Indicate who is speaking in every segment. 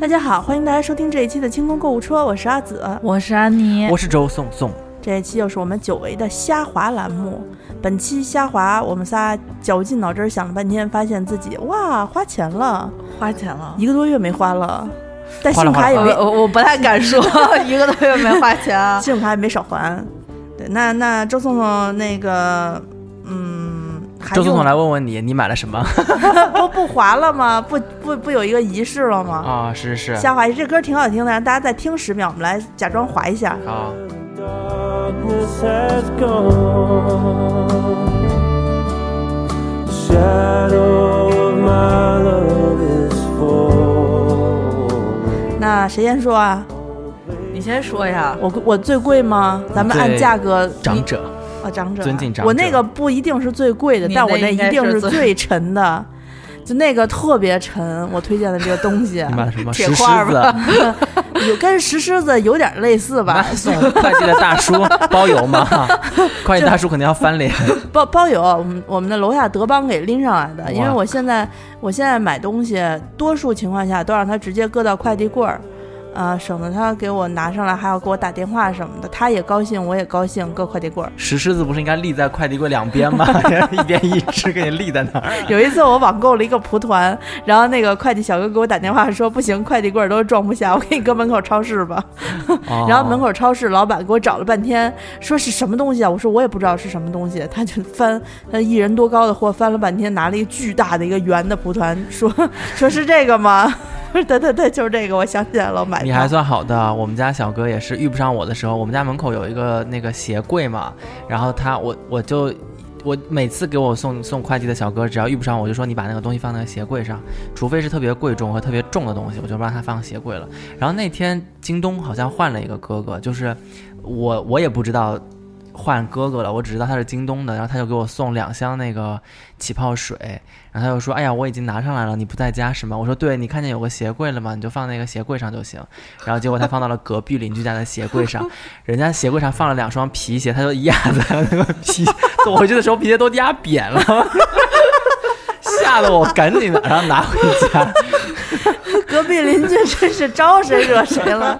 Speaker 1: 大家好，欢迎大家收听这一期的清空购物车，我是阿紫。
Speaker 2: 我是安妮
Speaker 3: 我，是周颂颂，
Speaker 1: 这一期又是我们久违的虾滑栏目。本期虾滑，我们仨绞尽脑汁儿想了半天，发现自己哇花钱 了，
Speaker 2: 花钱了。
Speaker 1: 一个多月没花了，但信
Speaker 3: 花了
Speaker 1: 用
Speaker 3: 花
Speaker 1: 卡
Speaker 3: 了
Speaker 1: 也
Speaker 2: 我
Speaker 1: 没
Speaker 2: 我我不太敢说， 一个多月没花钱啊。
Speaker 1: 信用卡也没少还。对，那那周颂颂那个，嗯，还
Speaker 3: 周颂
Speaker 1: 用啊
Speaker 3: 颂来问问你，你买了什么
Speaker 1: 不不划了吗？不不不有一个仪式了吗？
Speaker 3: 啊？是是是，
Speaker 1: 瞎划一这歌挺好听的，让大家再听十秒，我们来假装划一下。
Speaker 3: 好，
Speaker 4: darkness has gone. The shadow of my love is falling.
Speaker 1: 那谁先说啊？
Speaker 2: 你先说呀，
Speaker 1: 我我最贵吗？咱们按
Speaker 3: 对
Speaker 1: 价格
Speaker 3: 长者
Speaker 1: 啊，长者啊，
Speaker 3: 尊敬长者
Speaker 1: 我那个不一定是最贵的，
Speaker 2: 你
Speaker 1: 但我
Speaker 2: 那
Speaker 1: 那
Speaker 2: 应
Speaker 1: 一
Speaker 2: 该
Speaker 1: 定
Speaker 2: 是
Speaker 1: 是
Speaker 2: 最
Speaker 1: 最沉的，就那个特别沉。我推荐的这个东西
Speaker 3: 你买了什么？
Speaker 2: 铁
Speaker 3: 石狮
Speaker 2: 块儿
Speaker 3: 子，
Speaker 1: 有跟石狮子有点类似吧？
Speaker 3: 会计的大叔包邮吗？会计大叔肯定要 翻脸。
Speaker 1: 包包邮，我们我们的楼下德邦给拎上来的。因为我现在我现在买东西，多数情况下都让他直接搁到快递柜儿，呃，省得他给我拿上来还要给我打电话什么的。他也高兴，我也高兴，搁快递柜儿。
Speaker 3: 石狮子不是应该立在快递柜两边吗？ 一边一只给你立在那儿。
Speaker 1: 有一次我网购了一个蒲团，然后那个快递小哥给我打电话说不行，快递柜儿都装不下，我给你搁门口超市吧。
Speaker 3: 哦
Speaker 1: 然后门口超市老板给我找了半天，说是什么东西啊？我说我也不知道是什么东西。他就翻他一人多高的货，翻了半天，拿了一个巨大的一个圆的蒲团，说 说是这个吗？ 我说对对对，就是这个，我想起来了，我买
Speaker 3: 你还
Speaker 1: 它。
Speaker 3: 算好的，啊我们家小哥也是遇不上我的时候，我们家门口有一个那个鞋柜嘛，然后他我我就我每次给我送送快递的小哥，只要遇不上我就说你把那个东西放那个鞋柜上，除非是特别贵重和特别重的东西，我就不让他放鞋柜了。然后那天京东好像换了一个哥哥，就是我我也不知道。换哥哥了，我只知道他是京东的，然后他就给我送两箱那个起泡水，然后他就说：“哎呀，我已经拿上来了，你不在家是吗？”我说：“对，你看见有个鞋柜了吗？你就放那个鞋柜上就行。”然后结果他放到了隔壁邻居家的鞋柜上，人家鞋柜上放了两双皮鞋，他就压 在那个皮，走回去的时候皮鞋都压扁了， 吓得我赶紧把它拿回家。
Speaker 1: 隔壁邻居真是招谁惹谁了？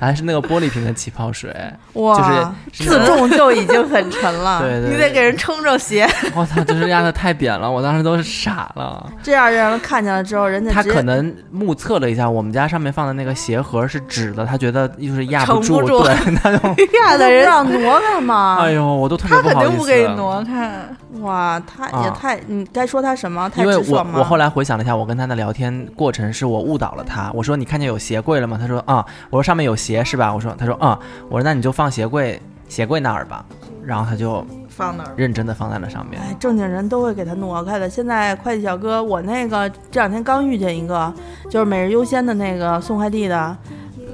Speaker 3: 还是那个玻璃瓶的起泡水，
Speaker 1: 哇，
Speaker 3: 就是
Speaker 1: 自重就已经很沉 了。
Speaker 3: 对
Speaker 2: 你
Speaker 3: 对
Speaker 2: 得
Speaker 3: 对，
Speaker 2: 给人撑着鞋。
Speaker 3: 我操，真是压的太扁了，我当时都是傻了。
Speaker 1: 这样让人看见了之后，人家
Speaker 3: 他
Speaker 1: 直接
Speaker 3: 可能目测了一下，我们家上面放的那个鞋盒是纸的，他觉得就是压不住，
Speaker 2: 撑不住
Speaker 3: 对，他就，
Speaker 2: 吓
Speaker 1: 那
Speaker 2: 得
Speaker 1: 不
Speaker 2: 人，
Speaker 1: 让挪开吗？
Speaker 3: 哎呦，我都特别
Speaker 2: 他
Speaker 3: 不
Speaker 2: 肯
Speaker 3: 好意思。
Speaker 2: 定不给你挪开。
Speaker 1: 哇，他也
Speaker 3: 啊
Speaker 1: 太，你该说他什么？太
Speaker 3: 因为
Speaker 1: 直
Speaker 3: 我
Speaker 1: 爽吗？
Speaker 3: 我后来回想了一下，我跟他的聊天过程是我误导了他。我说你看见有鞋柜了吗？他说啊、我说上面有鞋是吧？我说他说啊、我说那你就放鞋柜鞋柜那儿吧。然后他就
Speaker 2: 放哪儿？
Speaker 3: 认真的放在了上面。
Speaker 1: 哎，正经人都会给他挪开的。现在快递小哥，我那个这两天刚遇见一个，就是每日优先的那个送快递的，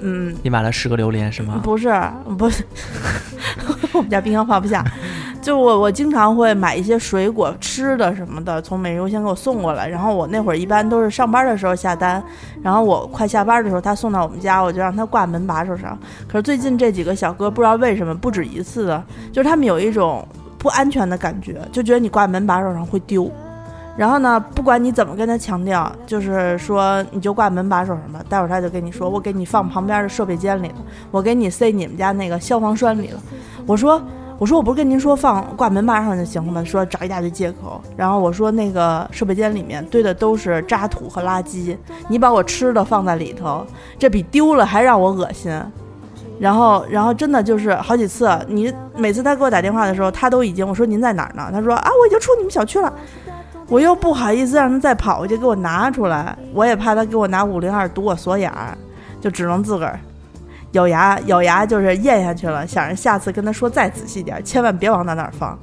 Speaker 1: 嗯，
Speaker 3: 你买了十个榴莲是吗？
Speaker 1: 不是，不是， 我们家冰箱放不下。就我，我经常会买一些水果、吃的什么的，从每日优先给我送过来。然后我那会儿一般都是上班的时候下单，然后我快下班的时候他送到我们家，我就让他挂门把手上。可是最近这几个小哥不知道为什么不止一次的，就是他们有一种不安全的感觉，就觉得你挂门把手上会丢。然后呢，不管你怎么跟他强调，就是说你就挂门把手上吧，待会儿他就跟你说，我给你放旁边的设备间里了，我给你塞你们家那个消防栓里了。我说我说我不是跟您说放挂门把上就行了吗？说找一大堆借口。然后我说那个设备间里面堆的都是渣土和垃圾，你把我吃的放在里头，这比丢了还让我恶心。然后，然后真的就是好几次，你每次他给我打电话的时候，他都已经我说您在哪儿呢？他说啊，我已经出你们小区了。我又不好意思让他再跑回去给我拿出来，我也怕他给我拿五零二堵我锁眼儿，就只能自个儿咬牙咬牙就是咽下去了，想着下次跟他说再仔细点儿，千万别往他那儿放。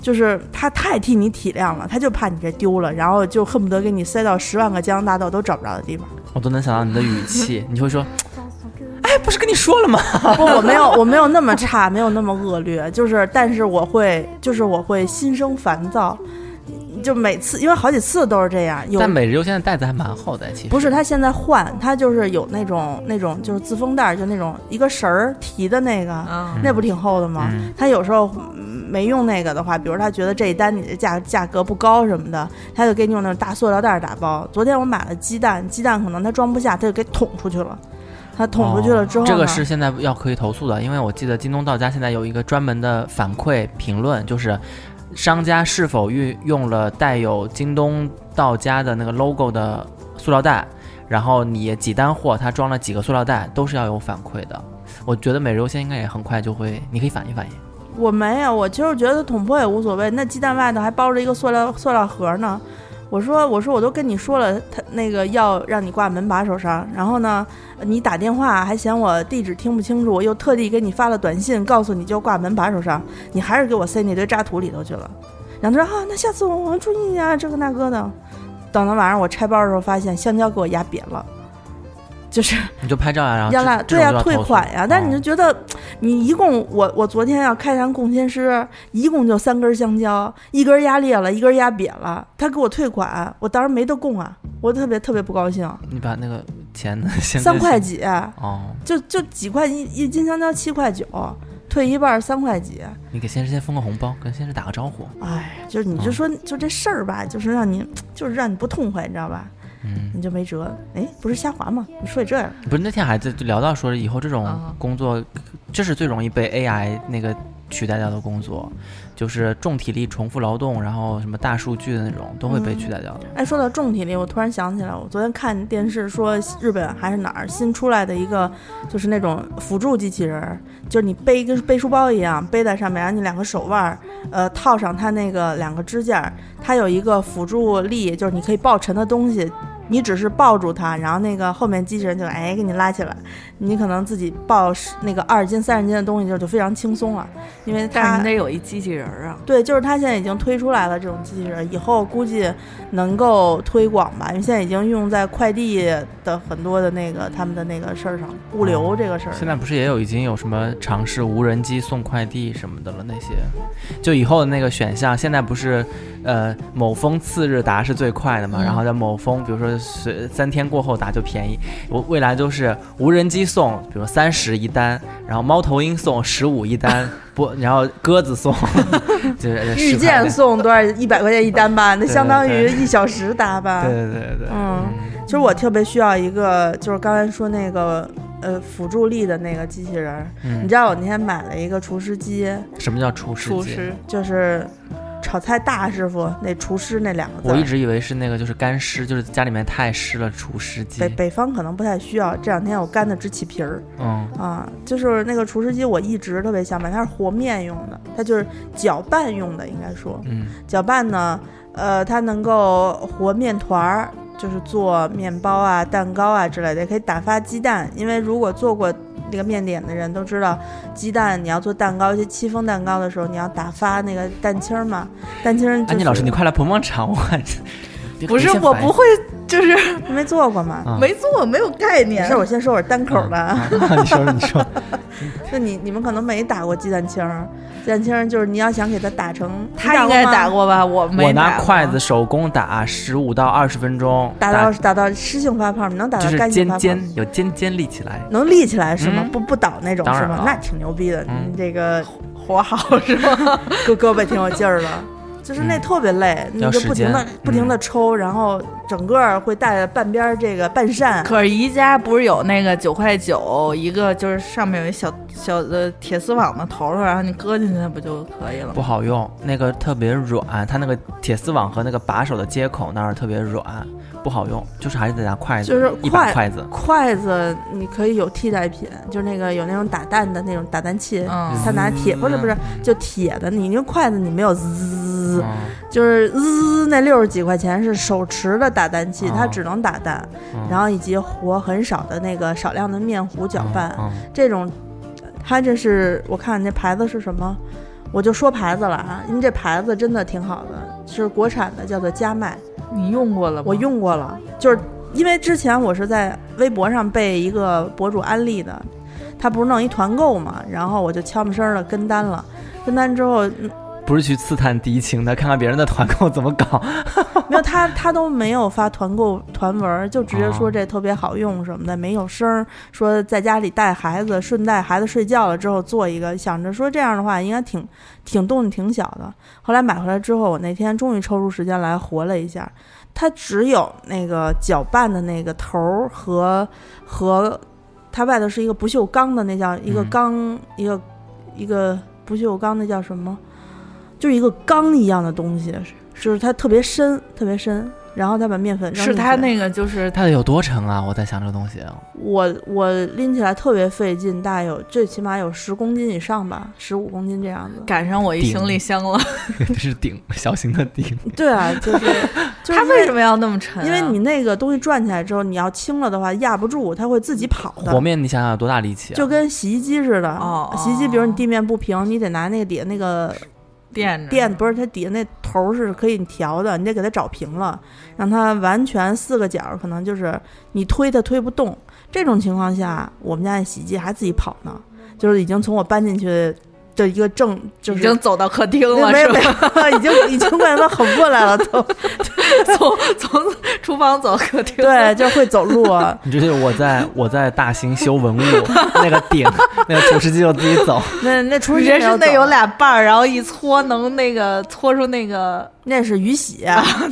Speaker 1: 就是他太替你体谅了，他就怕你这丢了，然后就恨不得给你塞到十万个江洋大盗都找不着的地方。
Speaker 3: 我都能想到你的语气，你会说，哎，不是跟你说了吗？
Speaker 1: 不，我没有，我没有那么差，没有那么恶劣，就是，但是我会，就是我会心生烦躁，就每次，因为好几次都是这样，有
Speaker 3: 但每日优先的袋子还蛮厚的，其实
Speaker 1: 不是，他现在换，他就是有那种那种就是自封袋儿，就那种一个绳儿提的那个，
Speaker 2: 嗯，
Speaker 1: 那不挺厚的吗？
Speaker 3: 嗯
Speaker 1: 他有时候嗯没用那个的话，比如他觉得这一单你的价价格不高什么的，他就给你用那种大塑料袋儿打包。昨天我买了鸡蛋，鸡蛋可能他装不下，他就给捅出去了。他捅出去了之后呢、
Speaker 3: 哦这个是现在要可以投诉的，因为我记得京东到家现在有一个专门的反馈评论，就是商家是否运用了带有京东到家的那个 logo 的塑料袋，然后你几单货它装了几个塑料袋，都是要有反馈的。我觉得每日优先应该也很快就会，你可以反映反映。
Speaker 1: 我没有，我就是觉得捅破也无所谓。那鸡蛋外头还包着一个塑料塑料盒呢。我说我说我都跟你说了，他那个要让你挂门把手上，然后呢，你打电话还嫌我地址听不清楚，我又特地给你发了短信，告诉你就挂门把手上，你还是给我塞那堆渣土里头去了。然后他说啊，那下次我们注意啊，这个那个的。等到晚上我拆包的时候，发现香蕉给我压瘪了，就是
Speaker 3: 你就拍照啊呀、然后
Speaker 1: 要
Speaker 3: 这
Speaker 1: 啦，
Speaker 3: 这
Speaker 1: 对呀、啊
Speaker 3: 种就要
Speaker 1: 退
Speaker 3: 投诉
Speaker 1: 款呀、但是你
Speaker 3: 哦
Speaker 1: 就觉得，你一共我我昨天要开坛供鲜师，一共就三根香蕉，一根压裂了，一根压瘪了，他给我退款，我当时没得供啊，我特别特别不高兴，
Speaker 3: 你把那个钱 的先
Speaker 1: 三
Speaker 3: 给
Speaker 1: 块
Speaker 3: 先
Speaker 1: 几，
Speaker 3: 哦，
Speaker 1: 就就几块一一斤香蕉七块九，退一半儿三块几，
Speaker 3: 你给先生先封个红包，跟先生打个招呼。
Speaker 1: 哎，就是你就
Speaker 3: 嗯
Speaker 1: 说就这事儿吧，就是让你就是让你不痛快，你知道吧？
Speaker 3: 嗯，
Speaker 1: 你就没辙，哎，不是瞎滑吗？你说起这来了，
Speaker 3: 不是那天还在就聊到说，以后这种
Speaker 2: 啊
Speaker 3: 工作，这是最容易被 AI 那个取代掉的工作，就是重体力、重复劳动，然后什么大数据的那种都会被
Speaker 1: 嗯
Speaker 3: 取代掉的。
Speaker 1: 哎，说到重体力，我突然想起来，我昨天看电视说日本还是哪儿新出来的一个，就是那种辅助机器人儿，就是你背跟背书包一样背在上面，然后你两个手腕儿，呃，套上它那个两个支架儿，它有一个辅助力，就是你可以抱沉的东西。你只是抱住它，然后那个后面机器人就哎给你拉起来，你可能自己抱十那个二十斤三十斤的东西就就非常轻松了，因为
Speaker 2: 但是
Speaker 1: 它
Speaker 2: 你得有一机器人儿啊，
Speaker 1: 对，就是它现在已经推出来了这种机器人，以后估计能够推广吧，因为现在已经用在快递的很多的那个他们的那个事儿上，物流这个事儿。
Speaker 3: 哦现在不是也有已经有什么尝试无人机送快递什么的了？那些就以后的那个选项，现在不是呃某峰次日达是最快的嘛？
Speaker 1: 嗯
Speaker 3: 然后在某峰，比如说是三天过后达就便宜。我未来都是无人机送，比如三十一单，然后猫头鹰送十五 一单，不，然后鸽子送就是
Speaker 1: 遇见
Speaker 3: 10块钱
Speaker 1: 送多少？一百块钱一单吧，那
Speaker 3: 对
Speaker 1: 相当于
Speaker 3: 对
Speaker 1: 一小时达吧。
Speaker 3: 对对对对，
Speaker 1: 嗯，其实我特别需要一个，就是刚才说那个呃辅助力的那个机器人儿。
Speaker 3: 嗯
Speaker 1: 你知道我那天买了一个厨师机，
Speaker 3: 什么叫厨师
Speaker 2: 厨
Speaker 3: 节
Speaker 2: 师
Speaker 1: 就是炒菜大师傅那厨师那两个字儿。
Speaker 3: 我一直以为是那个，就是干湿，就是家里面太湿了，除湿机
Speaker 1: 北。北方可能不太需要，这两天我干的直起皮儿
Speaker 3: 嗯，
Speaker 1: 啊，就是那个厨师机，我一直特别想买，它是和面用的，它就是搅拌用的，应该说
Speaker 3: 嗯，
Speaker 1: 搅拌呢，呃，它能够和面团儿，就是做面包啊、蛋糕啊之类的，也可以打发鸡蛋，因为如果做过那个面点的人都知道，鸡蛋你要做蛋糕，尤其戚风蛋糕的时候，你要打发那个蛋清儿嘛，蛋清儿、就是。
Speaker 3: 安妮老啊师，你快来捧捧场，我看 别
Speaker 2: 不是
Speaker 3: 别先
Speaker 2: 我
Speaker 3: 烦
Speaker 2: 不会，就是
Speaker 1: 你没做过吗？
Speaker 3: 啊
Speaker 2: 没做，没有概
Speaker 1: 没
Speaker 2: 念
Speaker 1: 事，。我先说我是单口的。
Speaker 3: 嗯嗯你说 你说，
Speaker 1: 就你你们可能没打过鸡蛋清儿，鸡蛋清儿就是你要想给它打成，
Speaker 2: 他应该
Speaker 1: 你
Speaker 2: 打
Speaker 1: 过吗。
Speaker 2: 过吧？我没
Speaker 3: 我拿
Speaker 2: 打过
Speaker 3: 筷子手工打十五到二十分钟，
Speaker 1: 打到打到湿性发泡，你能打
Speaker 3: 就
Speaker 1: 到
Speaker 3: 是
Speaker 1: 干性发
Speaker 3: 尖
Speaker 1: 泡，
Speaker 3: 尖有尖尖立起来，
Speaker 1: 能立起来是吗？
Speaker 3: 嗯
Speaker 1: 不不倒那种
Speaker 3: 当
Speaker 1: 是
Speaker 3: 然
Speaker 1: 吗
Speaker 3: 了？
Speaker 1: 那挺牛逼的，
Speaker 3: 嗯
Speaker 1: 你这个
Speaker 2: 活好是吗？
Speaker 1: 胳胳膊挺有劲儿了。就是那
Speaker 3: 嗯
Speaker 1: 特别累，你
Speaker 3: 要
Speaker 1: 就
Speaker 3: 时
Speaker 1: 不停的
Speaker 3: 间嗯
Speaker 1: 不停的抽，然后整个儿会带半边儿这个半扇，
Speaker 2: 可是宜家不是有那个九块九一个，就是上面有一小小的铁丝网的头头，然后你搁进去，它不就可以了
Speaker 3: 不
Speaker 2: 吗？
Speaker 3: 好用，那个特别软，它那个铁丝网和那个把手的接口那儿特别软，不好用，就是还是得拿筷子，
Speaker 1: 就是
Speaker 3: 一把
Speaker 1: 筷
Speaker 3: 筷子，
Speaker 1: 筷子你可以有替代品，就是那个有那种打蛋的那种打蛋器，
Speaker 2: 嗯
Speaker 1: 他拿铁不是不是
Speaker 3: 嗯
Speaker 1: 就铁的，你用筷子你没有滋，就是滋那六十几块钱是手持的打蛋器，
Speaker 3: 哦
Speaker 1: 它只能打蛋，
Speaker 3: 嗯
Speaker 1: 然后以及和很少的那个少量的面糊搅拌，
Speaker 3: 嗯嗯
Speaker 1: 这种，它这是我看那牌子是什么，我就说牌子了啊，因为这牌子真的挺好的，是国产的，叫做佳麦，
Speaker 2: 你用过了
Speaker 3: 嗯
Speaker 2: 吗？
Speaker 1: 我用过了，就是因为之前我是在微博上被一个博主安利的，他不是弄一团购嘛，然后我就悄没声儿的跟单了，跟单之后。嗯
Speaker 3: 不是去刺探敌情的，看看别人的团购怎么搞。
Speaker 1: 没有他他都没有发团购团文儿，就直接
Speaker 3: 哦
Speaker 1: 说这特别好用什么的，没有声儿，说在家里带孩子，顺带孩子睡觉了之后做一个，想着说这样的话应该挺挺动静挺小的。后来买回来之后，我那天终于抽出时间来活了一下，它只有那个搅拌的那个头儿和和它外头是一个不锈钢的，那叫一个
Speaker 3: 嗯
Speaker 1: 钢、一个一个不锈钢那叫什么？就是一个缸一样的东西，就是它特别深，特别深。然后他把面粉扔
Speaker 2: 是
Speaker 1: 进
Speaker 2: 他
Speaker 1: 去
Speaker 2: 那个就是
Speaker 3: 它得有多沉啊？ 我在想这个东西，
Speaker 1: 我我拎起来特别费劲，大概有最起码有十公斤以上吧，十五公斤这样子。
Speaker 2: 赶上我一
Speaker 3: 顶
Speaker 2: 行李箱了。
Speaker 3: 这是鼎，小型的鼎。
Speaker 1: 对啊，就是 就是
Speaker 2: 他
Speaker 1: 因
Speaker 2: 为什么要那么沉啊？
Speaker 1: 因为你那个东西转起来之后，你要轻了的话压不住，它会自己跑的
Speaker 3: 和。面，你想想有多大力气啊？
Speaker 1: 就跟洗衣机似的，
Speaker 2: 哦
Speaker 1: 洗衣机，比如你地面不平，你得拿那个底下那个
Speaker 2: 垫着
Speaker 1: 垫，不是它底下那头儿是可以调的，你得给它找平了，让它完全四个角儿，可能就是你推它推不动。这种情况下，我们家那洗衣机还自己跑呢，就是已经从我搬进去的一个正，就
Speaker 2: 已
Speaker 1: 是
Speaker 2: 经走到客厅了，
Speaker 1: 没
Speaker 2: 是
Speaker 1: 有
Speaker 2: 吧
Speaker 1: 没？有，已经已经快他妈横过来了都，
Speaker 2: 从从厨房走到客厅，
Speaker 1: 对，就会走路。啊
Speaker 3: 你这就是我在我在大兴修文物那个鼎，那个厨师机就自己走。
Speaker 1: 那那厨师
Speaker 2: 人是
Speaker 1: 那
Speaker 2: 那有俩瓣儿，然后一搓能那个搓出那个
Speaker 1: 那是雨洗。啊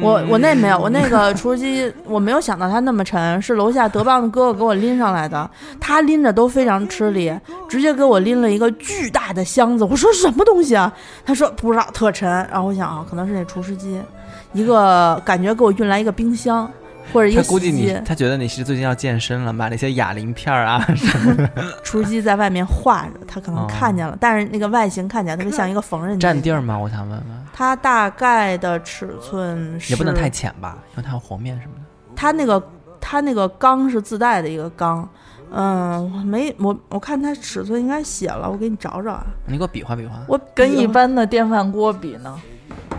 Speaker 1: 我我那没有，我那
Speaker 3: 嗯
Speaker 1: 个厨师机，我没有想到它那么沉，是楼下德邦的哥哥给我拎上来的，他拎着都非常吃力，直接给我拎了一个巨大的箱子。我说什么东西啊？他说不知道，特沉。然后我想啊，可能是那厨师机，一个感觉给我运来一个冰箱或者一
Speaker 3: 他
Speaker 1: 个
Speaker 3: 估
Speaker 1: 洗
Speaker 3: 计
Speaker 1: 衣
Speaker 3: 你
Speaker 1: 机，，
Speaker 3: 他觉得你是最近要健身了，买了一些哑铃片儿啊。
Speaker 1: 嗯厨师机在外面画着，他可能
Speaker 3: 哦
Speaker 1: 看见了，但是那个外形看起来特别像一个缝纫机。
Speaker 3: 占地儿吗？我想问问，
Speaker 1: 它大概的尺寸是
Speaker 3: 也不能太浅吧，因为它有和面什么的。
Speaker 1: 它那个它那个缸是自带的一个缸，嗯，我没我我看它尺寸应该写了，我给你找找啊。
Speaker 3: 你给我比划比划。
Speaker 1: 我
Speaker 2: 跟
Speaker 1: 比
Speaker 2: 一般的电饭锅比呢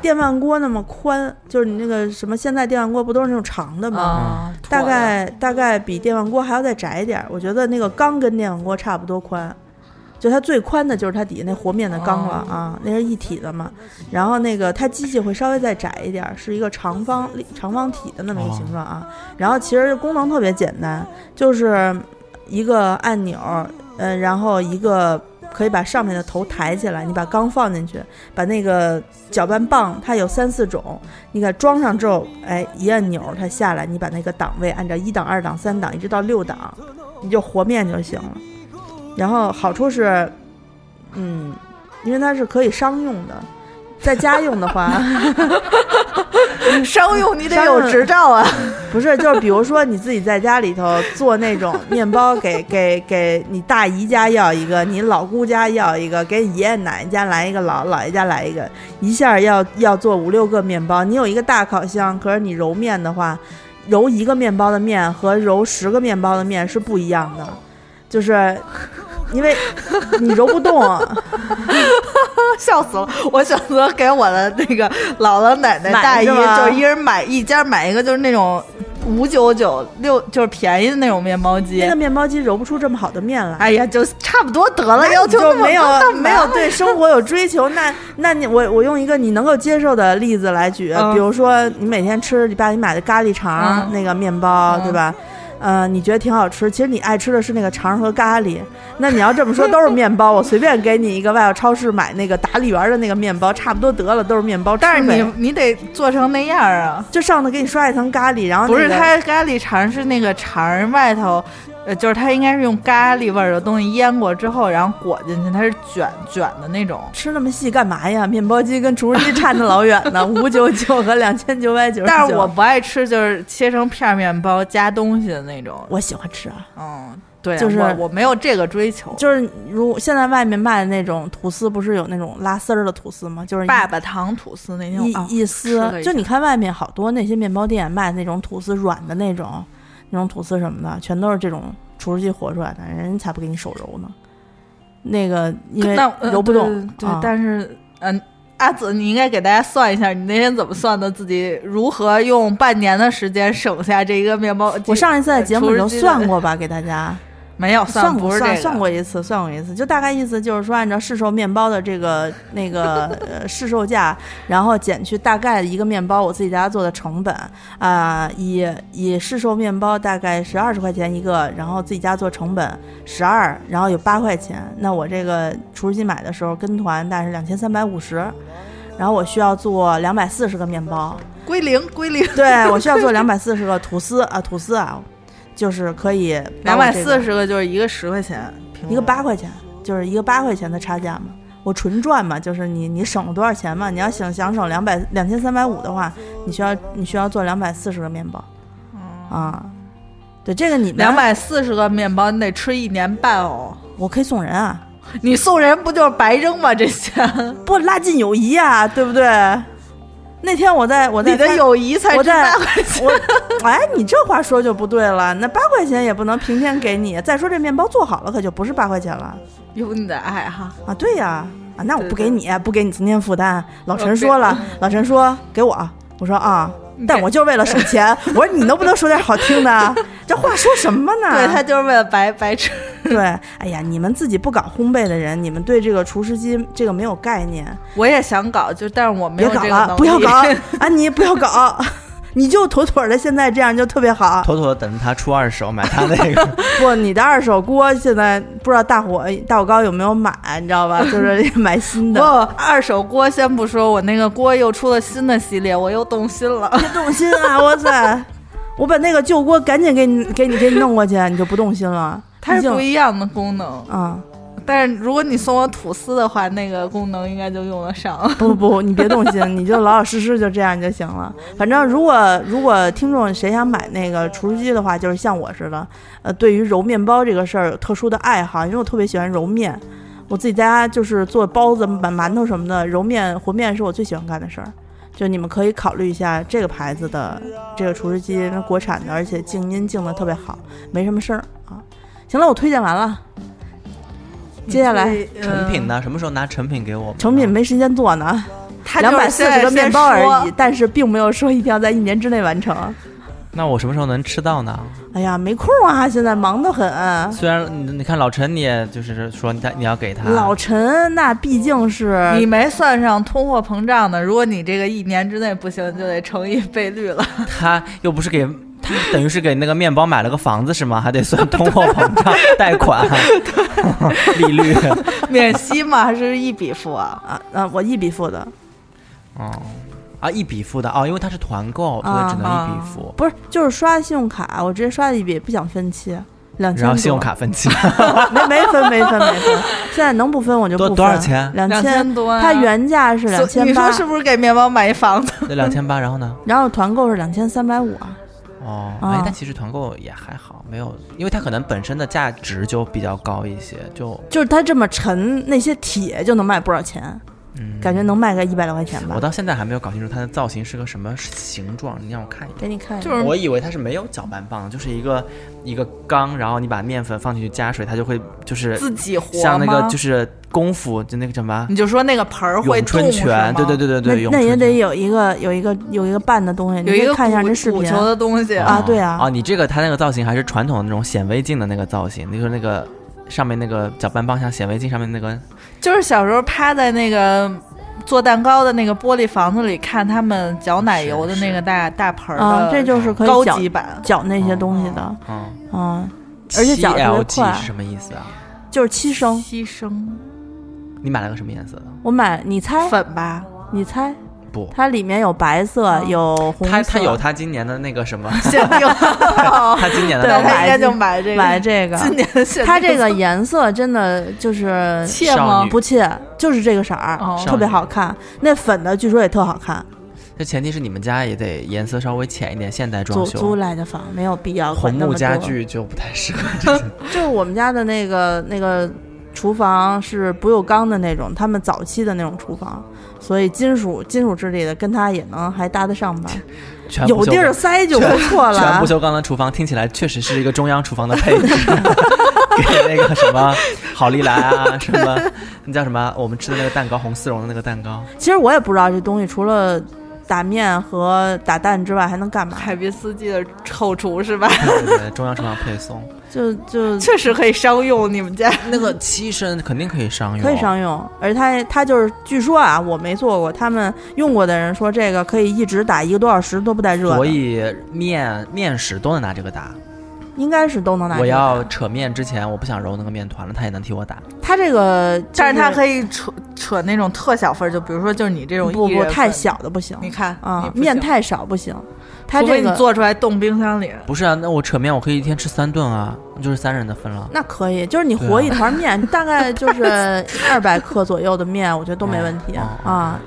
Speaker 1: 电饭锅那么宽，就是你那个什么，现在电饭锅不都是那种长的吗？
Speaker 2: 啊，
Speaker 1: 大
Speaker 2: 妥了
Speaker 1: 概大概比电饭锅还要再窄一点儿，我觉得那个缸跟电饭锅差不多宽，就它最宽的就是它底下那和面的缸
Speaker 2: 哦
Speaker 1: 了啊，那是一体的嘛。然后那个它机器会稍微再窄一点儿，是一个长方立长方体的那么一个形状啊。然后其实功能特别简单，就是一个按钮，呃，然后一个。可以把上面的头抬起来，你把缸放进去，把那个搅拌棒，它有三四种，你给它装上之后，哎，一按钮它下来，你把那个档位按照一档、二档、三档一直到六档，你就和面就行了。然后好处是，嗯，因为它是可以商用的，在家用的话，
Speaker 2: 商用你得
Speaker 1: 商
Speaker 2: 有
Speaker 1: 用
Speaker 2: 执照啊，
Speaker 1: 不是就是比如说你自己在家里头做那种面包给，给给你大姨家要一个，你老姑家要一个，给你爷爷奶奶家来一个，姥姥姥爷家来一个，一下要要做五六个面包，你有一个大烤箱，可是你揉面的话，揉一个面包的面和揉十个面包的面是不一样的，就是因为你揉不动，
Speaker 2: 笑死了！我选择给我的那个姥姥奶奶
Speaker 1: 买
Speaker 2: 大姨，
Speaker 1: 是吧
Speaker 2: 就是一人买一家买一个，就是那种五九九六，就是便宜的那种面包机
Speaker 1: 那个。面包机揉不出这么好的面来。
Speaker 2: 哎呀，就差不多得了，要求
Speaker 1: 就
Speaker 2: 那么
Speaker 1: 没有
Speaker 2: 高干嘛
Speaker 1: 没有对生活有追求，那那你我我用一个你能够接受的例子来举，
Speaker 2: 嗯
Speaker 1: 比如说你每天吃你爸给你买的咖喱肠、
Speaker 2: 嗯
Speaker 1: 那个面包，
Speaker 2: 嗯
Speaker 1: 对吧？呃，你觉得挺好吃，其实你爱吃的是那个肠和咖喱。那你要这么说，都是面包。我随便给你一个外头超市买那个打理员的那个面包，差不多得了，都是面包。
Speaker 2: 但是
Speaker 1: 吃呗
Speaker 2: 你你得做成那样啊！
Speaker 1: 就上头给你刷一层咖喱，然后、
Speaker 2: 不是，它咖喱肠是那个肠儿外头，呃，就是它应该是用咖喱味儿的东西腌过之后，然后裹进去，它是卷卷的那种。
Speaker 1: 吃那么细干嘛呀？面包机跟厨师机差那老远呢，五九九和两千九百九十九。
Speaker 2: 但是我不爱吃，就是切成片儿面包加东西的那种。
Speaker 1: 我喜欢吃啊。
Speaker 2: 嗯，对啊，
Speaker 1: 就是
Speaker 2: 我我没有这个追求。
Speaker 1: 就是如现在外面卖的那种吐司，不是有那种拉丝儿的吐司吗？就是一
Speaker 2: 爸爸糖吐司那天我
Speaker 1: 一、
Speaker 2: 啊
Speaker 1: 一
Speaker 2: 吃
Speaker 1: 丝
Speaker 2: 了。一
Speaker 1: 就
Speaker 2: 下
Speaker 1: 你看外面好多那些面包店卖那种吐司软的那种，那种吐司什么的，全都是这种厨师机和出来的，人家才不给你手揉呢。那个因为
Speaker 2: 那呃
Speaker 1: 揉不
Speaker 2: 对
Speaker 1: 动，
Speaker 2: 对，
Speaker 1: 啊
Speaker 2: 但是嗯。阿紫，你应该给大家算一下，你那天怎么算的？自己如何用半年的时间省下这一个面包？
Speaker 1: 我上一次在节目里
Speaker 2: 厨
Speaker 1: 头
Speaker 2: 师机的
Speaker 1: 算过吧，给大家，
Speaker 2: 没有
Speaker 1: 算
Speaker 2: 不
Speaker 1: 过
Speaker 2: 是这
Speaker 1: 算
Speaker 2: 个，
Speaker 1: 算过一次，算过一次，就大概意思就是说，按照市售面包的这个那个呃市售价，然后减去大概一个面包我自己在家做的成本啊、以以市售面包大概是二十块钱一个，然后自己家做成本十二，然后有八块钱。那我这个厨师机买的时候跟团大概是两千三百五十，然后我需要做两百四十个面包，
Speaker 2: 归零归零，
Speaker 1: 对我需要做两百四十个吐司啊吐司啊，就是可以把
Speaker 2: 两
Speaker 1: 我
Speaker 2: 百
Speaker 1: 这个
Speaker 2: 四十个就是一个十块钱，平
Speaker 1: 一个
Speaker 2: 均
Speaker 1: 八块钱，就是一个八块钱的差价嘛。我纯赚嘛，就是你你省了多少钱嘛？你要想想省两百两千三百五的话，你需要你需要做两百四十个面包啊。对这个你们
Speaker 2: 哦两，百四十个面包，你得吃一年半哦。
Speaker 1: 我可以送人啊，
Speaker 2: 你送人不就是白扔吗？这钱，
Speaker 1: 不拉近友谊啊，对不对？那天我在我在
Speaker 2: 你的
Speaker 1: 餐
Speaker 2: 友谊才
Speaker 1: 我
Speaker 2: 值
Speaker 1: 在
Speaker 2: 八块钱。
Speaker 1: 我哎，你这话说就不对了，那八块钱也不能平天给你。再说这面包做好了可就不是八块钱了
Speaker 2: 有你的爱哈，
Speaker 1: 啊，对呀啊，那我
Speaker 2: 对
Speaker 1: 不给
Speaker 2: 对
Speaker 1: 你，不给你增添负担。老陈
Speaker 2: 呃
Speaker 1: 说
Speaker 2: 对
Speaker 1: 了，老陈说给我，我说啊。
Speaker 2: 你
Speaker 1: 但
Speaker 2: 这
Speaker 1: 我就是为了省 钱。我说你能不能说点好听的？啊这话说什么呢？
Speaker 2: 对他就是为了白白吃。
Speaker 1: 对，哎呀，你们自己不搞烘焙的人，你们对这个厨师机这个没有概念，
Speaker 2: 我也想搞，就但是我没
Speaker 1: 别
Speaker 2: 有这
Speaker 1: 搞
Speaker 2: 个
Speaker 1: 了，
Speaker 2: 能力。
Speaker 1: 不要搞，安妮，不要搞， 你就妥妥的现在这样就特别好。
Speaker 3: 妥妥的等着他出二手买他那个
Speaker 1: 不，你的二手锅现在不知道大火大火高有没有买，你知道吧？ 就是买新
Speaker 2: 不，
Speaker 1: 的。
Speaker 2: 二手锅先不说，我那个锅又出了新的系列，我又动 心了。
Speaker 1: 别动心啊！哇塞，我把那个旧锅赶紧给你给你给你弄过去，你就不动心了。
Speaker 2: 它
Speaker 1: 毕
Speaker 2: 是
Speaker 1: 竟
Speaker 2: 不一样的功能，
Speaker 1: 啊。
Speaker 2: 但是如果你送我吐司的话，那个功能应该就用得上。
Speaker 1: 不不，你别动心，你就老老实实就这样就行了。反正如果如果听众谁想买那个厨师机的话，就是像我似的，呃，对于揉面包这个事儿有特殊的爱好，因为我特别喜欢揉面。我自己在家就是做包子、馒馒头什么的，揉面和面是我最喜欢干的事儿。就你们可以考虑一下这个牌子的这个厨师机，那国产的，而且静音静的特别好，没什么声儿啊。行了，我推荐完了，接下来
Speaker 2: 呃
Speaker 3: 成品呢，什么时候拿成品给我们呢？
Speaker 1: 嗯成品没时间做呢。
Speaker 2: 它就
Speaker 1: 两
Speaker 2: 是
Speaker 1: 百四十个
Speaker 2: 现在
Speaker 1: 面包
Speaker 2: 先
Speaker 1: 而
Speaker 2: 说
Speaker 1: 已，但是并没有说一定要在一年之内完成。
Speaker 3: 那我什么时候能吃到呢？
Speaker 1: 哎呀，没空啊，现在忙得很。
Speaker 3: 虽然你你看老陈，你也就是说你他你要给他
Speaker 1: 老陈那毕竟是
Speaker 3: 嗯
Speaker 2: 你没算上通货膨胀呢，如果你这个一年之内不行，就得乘以倍率了。
Speaker 3: 他又不是给他等于是给那个面包买了个房子是吗？还得算通货膨胀、贷 款、利率。
Speaker 2: 免息嘛，还是一笔付啊？
Speaker 1: 啊，啊，我一笔付的，
Speaker 3: 哦，啊，一笔付的哦，因为它是团购，所以只能一笔付。
Speaker 1: 不是就是刷信用卡，我直接刷了一笔，不想分期，两千。
Speaker 3: 然后信用卡分期，
Speaker 1: 没没分没分没分，现在能不分我就不
Speaker 3: 多
Speaker 1: 分。
Speaker 3: 多少钱
Speaker 1: 两
Speaker 2: 两千多啊
Speaker 1: 它原价是两
Speaker 2: 所以
Speaker 1: 千
Speaker 2: 你
Speaker 1: 八
Speaker 2: 说，是不是给面包买一房 子？
Speaker 3: 那两千八，然后呢？
Speaker 1: 然后团购是两千三百五啊。
Speaker 3: 哦，
Speaker 1: 啊
Speaker 3: 哎，但其实团购也还好，没有，因为它可能本身的价值就比较高一些，就
Speaker 1: 就是它这么沉，那些铁就能卖不少钱，
Speaker 3: 嗯，
Speaker 1: 感觉能卖个一百来块钱吧
Speaker 3: 我。到现在还没有搞清楚它的造型是个什么形状，你让我看一眼。
Speaker 1: 给你看一下，
Speaker 2: 就是
Speaker 3: 我以为它是没有搅拌棒，就是一个一个缸，然后你把面粉放进去加水，它就会就是
Speaker 2: 自己活，
Speaker 3: 像那个就是是功夫，就那个叫什么
Speaker 1: 嗯
Speaker 2: 你就说那个盆儿会动
Speaker 3: 咏春拳，对对
Speaker 2: 对，
Speaker 3: 对对
Speaker 1: 那
Speaker 3: 对，咏
Speaker 1: 那也
Speaker 3: 春拳
Speaker 1: 得有一个有一个有一个拌的东西，你
Speaker 2: 有
Speaker 1: 可以
Speaker 2: 一个
Speaker 1: 看一下
Speaker 2: 鼓
Speaker 1: 这视
Speaker 2: 鼓
Speaker 1: 频。
Speaker 2: 球的东西
Speaker 1: 啊
Speaker 3: 哦
Speaker 1: 对啊
Speaker 3: 哦，你这个它那个造型还是传统的那种显微镜的那个造型，就是那个上面那个搅拌棒像显微镜上面那个
Speaker 2: 就是小时候趴在那个做蛋糕的那个玻璃房子里看他们搅奶油的那个大大盆儿
Speaker 1: 啊
Speaker 2: 的，，
Speaker 1: 这就是可以
Speaker 2: 高
Speaker 1: 搅
Speaker 2: 级哦版。
Speaker 1: 搅那些东西的
Speaker 3: 嗯，
Speaker 1: 啊，而且搅得特别
Speaker 3: 7LG
Speaker 1: 快
Speaker 3: 是，什么意思啊？
Speaker 1: 就是七升。
Speaker 2: 牺牲
Speaker 3: 你买了个什么颜色的？
Speaker 1: 我买，你猜，
Speaker 2: 粉吧，
Speaker 1: 你猜，
Speaker 3: 不，
Speaker 1: 它里面有白色，
Speaker 2: 哦
Speaker 1: 有红色，
Speaker 3: 它它有它今年的那个 什么，
Speaker 2: 限定，
Speaker 3: 它今年的
Speaker 1: 对
Speaker 2: 那
Speaker 3: 那
Speaker 2: 他
Speaker 1: 买
Speaker 2: 应该就买这个，
Speaker 1: 买这个。
Speaker 2: 今年的限定。
Speaker 1: 它这个颜色真的就是
Speaker 2: 切吗
Speaker 3: 少女？
Speaker 1: 不切，就是这个色儿
Speaker 2: 哦，
Speaker 1: 特别好看。那粉的据说也特好看，
Speaker 3: 这前提是你们家也得颜色稍微浅一点，现代
Speaker 1: 租
Speaker 3: 装
Speaker 1: 租
Speaker 3: 修。
Speaker 1: 来的房没有必要
Speaker 3: 红
Speaker 1: 管那
Speaker 3: 木
Speaker 1: 么
Speaker 3: 家
Speaker 1: 多
Speaker 3: 具就不太适合这些。
Speaker 1: 就是我们家的那个那个厨房是不锈钢的那种，他们早期的那种厨房，所以金属金属质地的跟它也能还搭得上吧，
Speaker 3: 全不
Speaker 1: 有
Speaker 3: 锈
Speaker 1: 地儿
Speaker 3: 钢
Speaker 1: 塞就不错了
Speaker 3: 全
Speaker 1: 啊
Speaker 3: 不。锈钢的厨房听起来确实是一个中央厨房的配 置，给那个什么好利来啊，什么那叫什么我们吃的那个蛋糕，红丝绒的那个蛋糕，
Speaker 1: 其实我也不知道这东西除了打面和打蛋之外还能干嘛。
Speaker 2: 海滨斯基的后厨是吧？
Speaker 3: 对对对，中央厨房配送。
Speaker 1: 就就
Speaker 2: 确实可以商用你们家。
Speaker 3: 那个七升肯定可以商用，
Speaker 1: 可以商用，而它它就是据说啊，我没做过，他们用过的人说这个可以一直打一个多小时都不带热的，
Speaker 3: 所以面面食都能拿这个打。
Speaker 1: 应该是都能拿。
Speaker 3: 我要扯面之前，我不想揉那个面团了，他也能替我打。
Speaker 1: 它这个就是，
Speaker 2: 但是它
Speaker 1: 以
Speaker 2: 可以扯扯那种特小份儿，就比如说就是你这种
Speaker 1: 不
Speaker 2: 一
Speaker 1: 不
Speaker 2: 人
Speaker 1: 太
Speaker 2: 份
Speaker 1: 小的不行
Speaker 2: 你看
Speaker 1: 啊
Speaker 2: 你，不
Speaker 1: 面
Speaker 2: 行
Speaker 1: 太少不行。它
Speaker 2: 除
Speaker 1: 这
Speaker 2: 非你
Speaker 1: 个
Speaker 2: 做出来冻冰箱里。
Speaker 3: 不是啊，那我扯面我可以一天吃三顿啊，那就是三人的份了。
Speaker 1: 那可以，就是你
Speaker 3: 对啊
Speaker 1: 和一团面，大概就是 二百克左右的面，我觉得都没问题
Speaker 3: 哦哦
Speaker 1: 啊。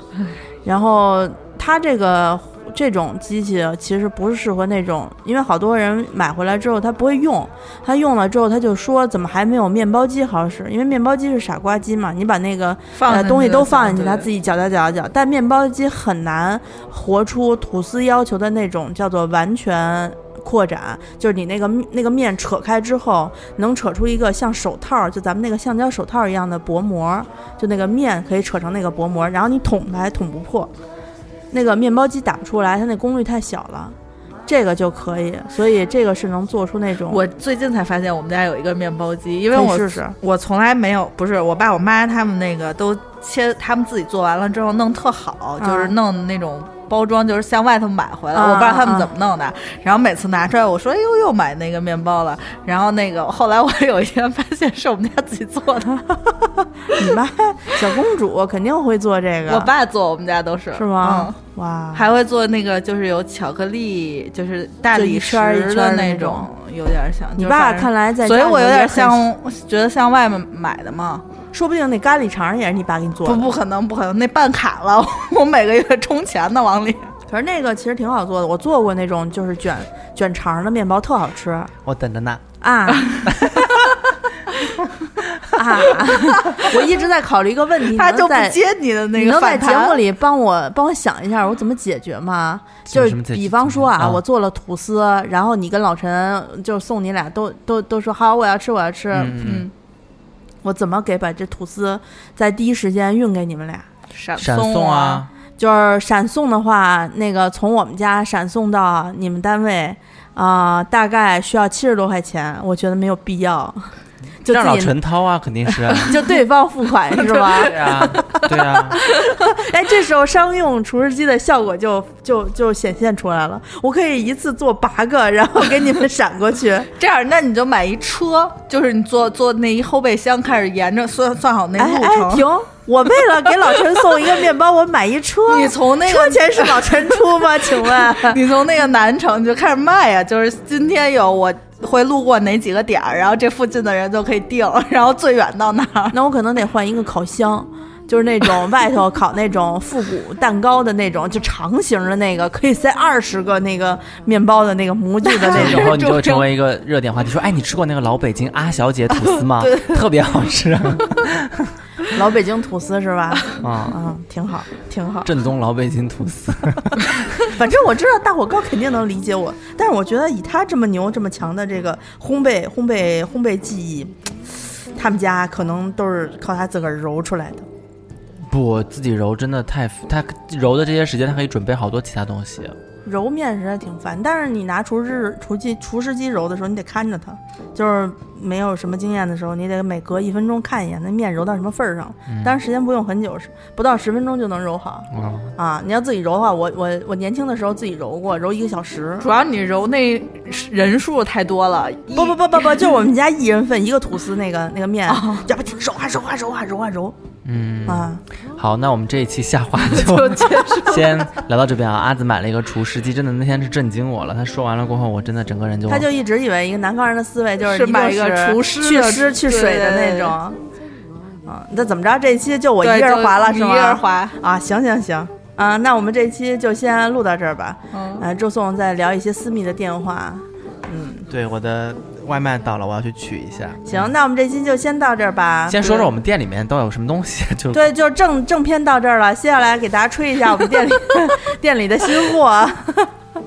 Speaker 1: 然后它这个这种机器其实不是适合那种，因为好多人买回来之后他不会用，他用了之后他就说怎么还没有面包机好使？因为面包机是傻瓜机嘛，你把那个
Speaker 2: 放
Speaker 1: 呃
Speaker 2: 进
Speaker 1: 东西
Speaker 2: 去
Speaker 1: 都
Speaker 2: 就
Speaker 1: 放
Speaker 2: 行
Speaker 1: 进去，
Speaker 2: 对
Speaker 1: 它自己搅搅搅搅搅。但面包机很难活出吐司要求的那种叫做完全扩展，就是你那个那个面扯开之后，能扯出一个像手套，就咱们那个橡胶手套一样的薄膜，就那个面可以扯成那个薄膜，然后你捅它捅不破，那个面包机打不出来，它那功率太小了。这个就可以，所以这个是能做出那种
Speaker 2: 我最近才发现我们家有一个面包机，因为
Speaker 1: 可以
Speaker 2: 我
Speaker 1: 试试
Speaker 2: 我从来没有，不是我爸我妈他们那个都切，他们自己做完了之后弄特好，
Speaker 1: 嗯
Speaker 2: 就是弄那种。包装就是向外头买回来，
Speaker 1: 啊
Speaker 2: 我不知道他
Speaker 1: 啊
Speaker 2: 们怎么弄的。然后每次拿出来，我说：“哎呦，又买那个面 包了。”然后那个后来我有一天发现是我们家自己做 的，
Speaker 1: 你妈 小公主肯定会做这个，
Speaker 2: 我爸做，我们家都是
Speaker 1: 是吗
Speaker 2: 嗯？
Speaker 1: 哇，
Speaker 2: 还会做那个，就是有巧克力，就是大
Speaker 1: 就
Speaker 2: 理
Speaker 1: 一
Speaker 2: 石
Speaker 1: 圈儿一圈儿
Speaker 2: 的
Speaker 1: 的那
Speaker 2: 种，有点像。
Speaker 1: 你
Speaker 2: 就
Speaker 1: 爸
Speaker 2: 反正
Speaker 1: 看来在，
Speaker 2: 所以我有点，像，觉得像外面买的嘛。
Speaker 1: 说不定那咖喱肠也是你爸给你做
Speaker 2: 不，
Speaker 1: 的。
Speaker 2: 不可能，不可能，那办卡了， 我每个月充钱呢，往里。
Speaker 1: 可是那个其实挺好做的，我做过那种就是卷卷肠的面包，特好吃啊
Speaker 3: 我等着呢。
Speaker 1: 啊！我一直在考虑一个问题，
Speaker 2: 他
Speaker 1: 你能
Speaker 2: 就不
Speaker 1: 在
Speaker 2: 接你的那
Speaker 1: 你
Speaker 2: 个
Speaker 1: 能在
Speaker 2: 反
Speaker 1: 节
Speaker 2: 弹
Speaker 1: 目里帮我帮我想一下，我怎么解决吗？
Speaker 3: 怎
Speaker 1: 就
Speaker 3: 么
Speaker 1: 是
Speaker 3: 怎么解决
Speaker 1: 比方说
Speaker 3: 怎
Speaker 1: 啊，
Speaker 3: 么啊
Speaker 1: 我做了吐司，然后你跟老陈就送你俩都都都说好，我要吃，我要吃。
Speaker 3: 嗯
Speaker 2: 嗯，
Speaker 1: 我怎么给把这吐司在第一时间运给你们俩？
Speaker 2: 闪
Speaker 3: 闪
Speaker 2: 嗯送
Speaker 3: 送啊，
Speaker 1: 就是闪送的话，那个从我们家闪送到你们单位，啊、大概需要七十多块钱，我觉得没有必要， 就
Speaker 3: 让老
Speaker 1: 自己
Speaker 3: 陈掏啊，肯定是。
Speaker 1: 就对方付款是 吧？
Speaker 3: 对啊，对啊，
Speaker 1: 哎，这时候商用厨师机的效果就就就显现出来了，我可以一次做八个，然后给你们闪过 去。哎
Speaker 2: 这样，那你就买一车，就是你坐坐那一后备箱，开始沿着算算好那
Speaker 1: 哎
Speaker 2: 路
Speaker 1: 哎，
Speaker 2: 程。
Speaker 1: 停！我为了给老陈送一个面包，我买一车。
Speaker 2: 你从那
Speaker 1: 车
Speaker 2: 个，
Speaker 1: 钱是老陈出吗？请问？
Speaker 2: 你从那个南城就开始卖呀、就是今天有我会路过哪几个点儿，然后这附近的人就可以定，然后最远到哪儿。
Speaker 1: 那我可能得换一个烤箱，就是那种外头烤那种复古蛋糕的那种，就长形的那个，可以塞二十个那个面包的那个模具的那
Speaker 3: 以
Speaker 1: 种。
Speaker 3: 后你就成为一个热点话题，说哎，你吃过那个老北京阿小姐吐 司吗？特别好吃 啊，
Speaker 1: 老北京吐司是吧？
Speaker 3: 嗯
Speaker 1: 嗯，挺好，挺好。
Speaker 3: 正宗老北京吐司。
Speaker 1: 反正我知道大火哥肯定能理解我，但是我觉得以他这么牛、这么强的这个烘焙、烘焙、烘焙技艺，他们家可能都是靠他自个儿揉出来的。
Speaker 3: 不，我自己揉真的太，他揉的这些时间，他可以准备好多其他东西。
Speaker 1: 揉面食还挺烦，但是你拿厨师厨机厨师机揉的时候，你得看着它，就是没有什么经验的时候，你得每隔一分钟看一眼那面揉到什么份儿上。当然时间不用很久，是不到十分钟就能揉好
Speaker 3: 嗯哦，
Speaker 1: 啊！你要自己揉的话，我我我年轻的时候自己揉过，揉一个小时。
Speaker 3: 嗯
Speaker 2: 主要你揉那人数太多了，
Speaker 1: 不不不不 不，就我们家一人份一个吐司那个那个面，要不停揉啊揉啊揉啊揉啊揉
Speaker 3: 哦嗯，
Speaker 1: 啊！
Speaker 3: 好，那我们这一期 下话就 先聊到这边啊。阿紫买了一个厨师机，真的那天是震惊我了。他说完了过后，我真的整个人就
Speaker 1: 他就一直以为一个南方人的思维就是
Speaker 2: 是
Speaker 1: 一定
Speaker 2: 买一个
Speaker 1: 是
Speaker 2: 厨师
Speaker 1: 去
Speaker 2: 的
Speaker 1: 湿去水的那
Speaker 2: 对
Speaker 1: 种。啊，那怎么着？这一期就我
Speaker 2: 我
Speaker 1: 一人划了是吗？
Speaker 2: 一人划，
Speaker 1: 啊，行行行，啊，那我们这期就先录到这儿吧。
Speaker 2: 嗯，
Speaker 1: 呃，周颂再聊一些私密的电话。
Speaker 3: 对我的外卖到了，我要去取一下。
Speaker 1: 行，那我们这期就先到这儿吧。
Speaker 3: 先说说我们店里面都有什么东西，就
Speaker 1: 对，就正正片到这儿了，接下来给大家吹一下我们 店里店里的新货。我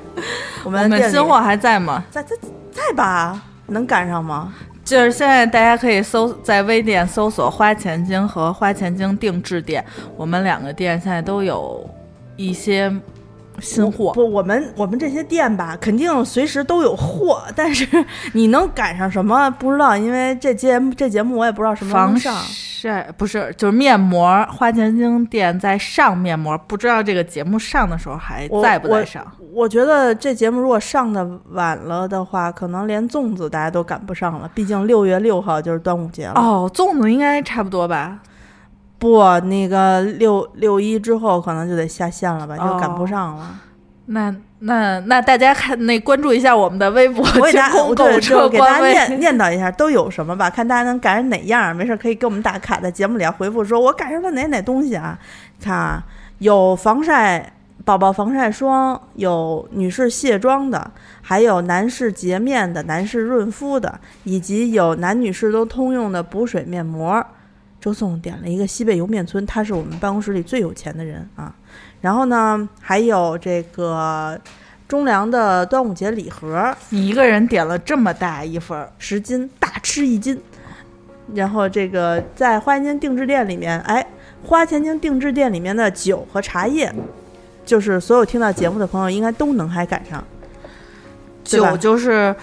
Speaker 2: 我
Speaker 1: 们
Speaker 2: 们
Speaker 1: 店里
Speaker 2: 新货还在吗？
Speaker 1: 在在在吧？能赶上吗？
Speaker 2: 就是现在大家可以搜在微店搜索“花钱精”和“花钱精定制店”，我们两个店现在都有一些新货。
Speaker 1: 嗯不，我们我们这些店吧，肯定随时都有货， 但是你能赶上什么不知道，因为这节目这节目我也不知道什么时候
Speaker 2: 防
Speaker 1: 能上。
Speaker 2: 晒不是，就是面膜。花钱精店在上面膜，不知道这个节目上的时候还
Speaker 1: 我
Speaker 2: 在不在上？
Speaker 1: 我觉得这节目如果上的晚了的话，可能连粽子大家都赶不上了，毕竟六月六号就是端午节了。
Speaker 2: 哦，粽子应该差不多吧？
Speaker 1: 不，那个六六一之后可能就得下线了吧，
Speaker 2: 哦
Speaker 1: 就赶不上了。
Speaker 2: 那那那大家看那关注一下我们的微博
Speaker 1: 我给
Speaker 2: 清
Speaker 1: 大家，
Speaker 2: 空
Speaker 1: 我
Speaker 2: 购物
Speaker 1: 对，
Speaker 2: 车
Speaker 1: 就给大
Speaker 2: 官
Speaker 1: 家念
Speaker 2: 微。
Speaker 1: 念叨一下都有什么吧，看大家能赶上哪样。没事可以给我们打卡，在节目里啊回复说我赶上了哪哪东西啊。看啊，有防晒宝宝防晒霜，有女士卸妆的，还有男士洁面的、男士润肤的，以及有男女士都通用的补水面膜。周颂点了一个西贝莜面村，他是我们办公室里最有钱的人啊。然后呢，还有这个中粮的端午节礼盒，
Speaker 2: 你一个人点了这么大一份儿，
Speaker 1: 十斤，大吃一斤。然后这个在花钱精定制店里面，哎，花钱精定制店里面的酒和茶叶，就是所有听到节目的朋友应该都能还赶上。对吧
Speaker 2: 酒就是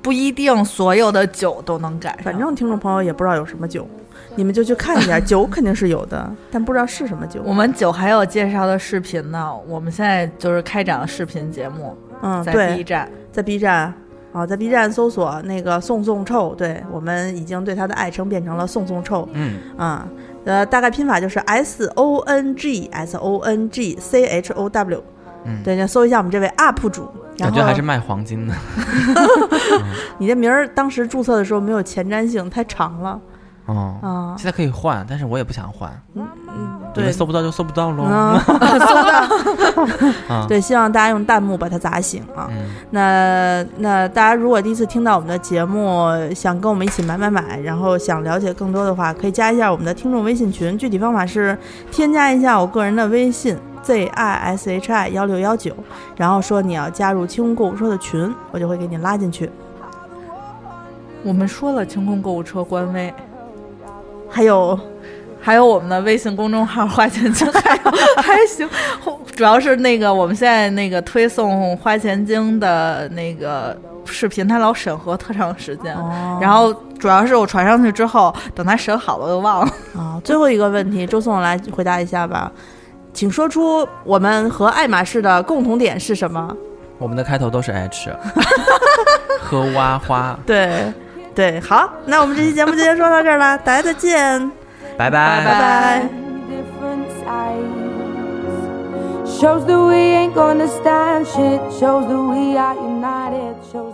Speaker 2: 不一定所有的酒都能赶上，
Speaker 1: 反正听众朋友也不知道有什么酒，你们就去看一 下，酒肯定是有的，但不知道是什么酒。
Speaker 2: 我们酒还有介绍的视频呢。我们现在就是开展了视频节目，
Speaker 1: 嗯，
Speaker 2: 在
Speaker 1: 对
Speaker 2: B，站。
Speaker 1: 在 B 站。啊，在 B 站搜索那个“宋宋臭”，对我们已经对他的爱称变成了“宋宋臭”。
Speaker 3: 嗯，
Speaker 1: 啊，呃，大概拼法就是 S O N G S O N G C H O W，
Speaker 3: 嗯
Speaker 1: 对，就搜一下我们这位 UP 主。然
Speaker 3: 感
Speaker 1: 后
Speaker 3: 觉还是卖黄金的。
Speaker 1: 你这名儿当时注册的时候没有前瞻性，太长了
Speaker 3: 哦，
Speaker 1: 啊。
Speaker 3: 现在可以换，但是我也不想换，你
Speaker 1: 嗯对
Speaker 3: 们，搜不到就搜不到喽。
Speaker 1: 嗯，
Speaker 3: 啊，
Speaker 1: 对，希望大家用弹幕把它砸醒啊。
Speaker 3: 嗯，
Speaker 1: 那那大家如果第一次听到我们的节目，想跟我们一起买买买，然后想了解更多的话，可以加一下我们的听众微信群，具体方法是添加一下我个人的微信 z i s h i 幺六幺九，然后说你要加入清空购物车的群，我就会给你拉进去。
Speaker 2: 我们说了清空购物车官微，
Speaker 1: 还有
Speaker 2: 还有我们的微信公众号“花钱精”，还有还行， 主要是那个我们现在那个推送花钱精的那个视频，它老审核特长时
Speaker 1: 哦
Speaker 2: 间。
Speaker 3: 哦
Speaker 2: 然
Speaker 1: 然后
Speaker 2: 后主要是我传上去之后，等它审好了我又忘了。
Speaker 1: 啊，最后一个问题，周颂来回答一下吧，请说出我们和爱马仕的共同点是什么？
Speaker 3: 我们的开头都是 H 和哇花，
Speaker 1: 对对，好，那我们这期节目就先说到这儿了，大家再见。
Speaker 3: 拜
Speaker 1: 拜拜
Speaker 5: different sides. Shows that we ain't gonna stand shit. Shows that we are united. Shows